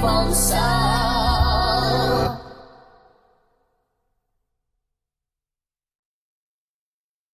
手。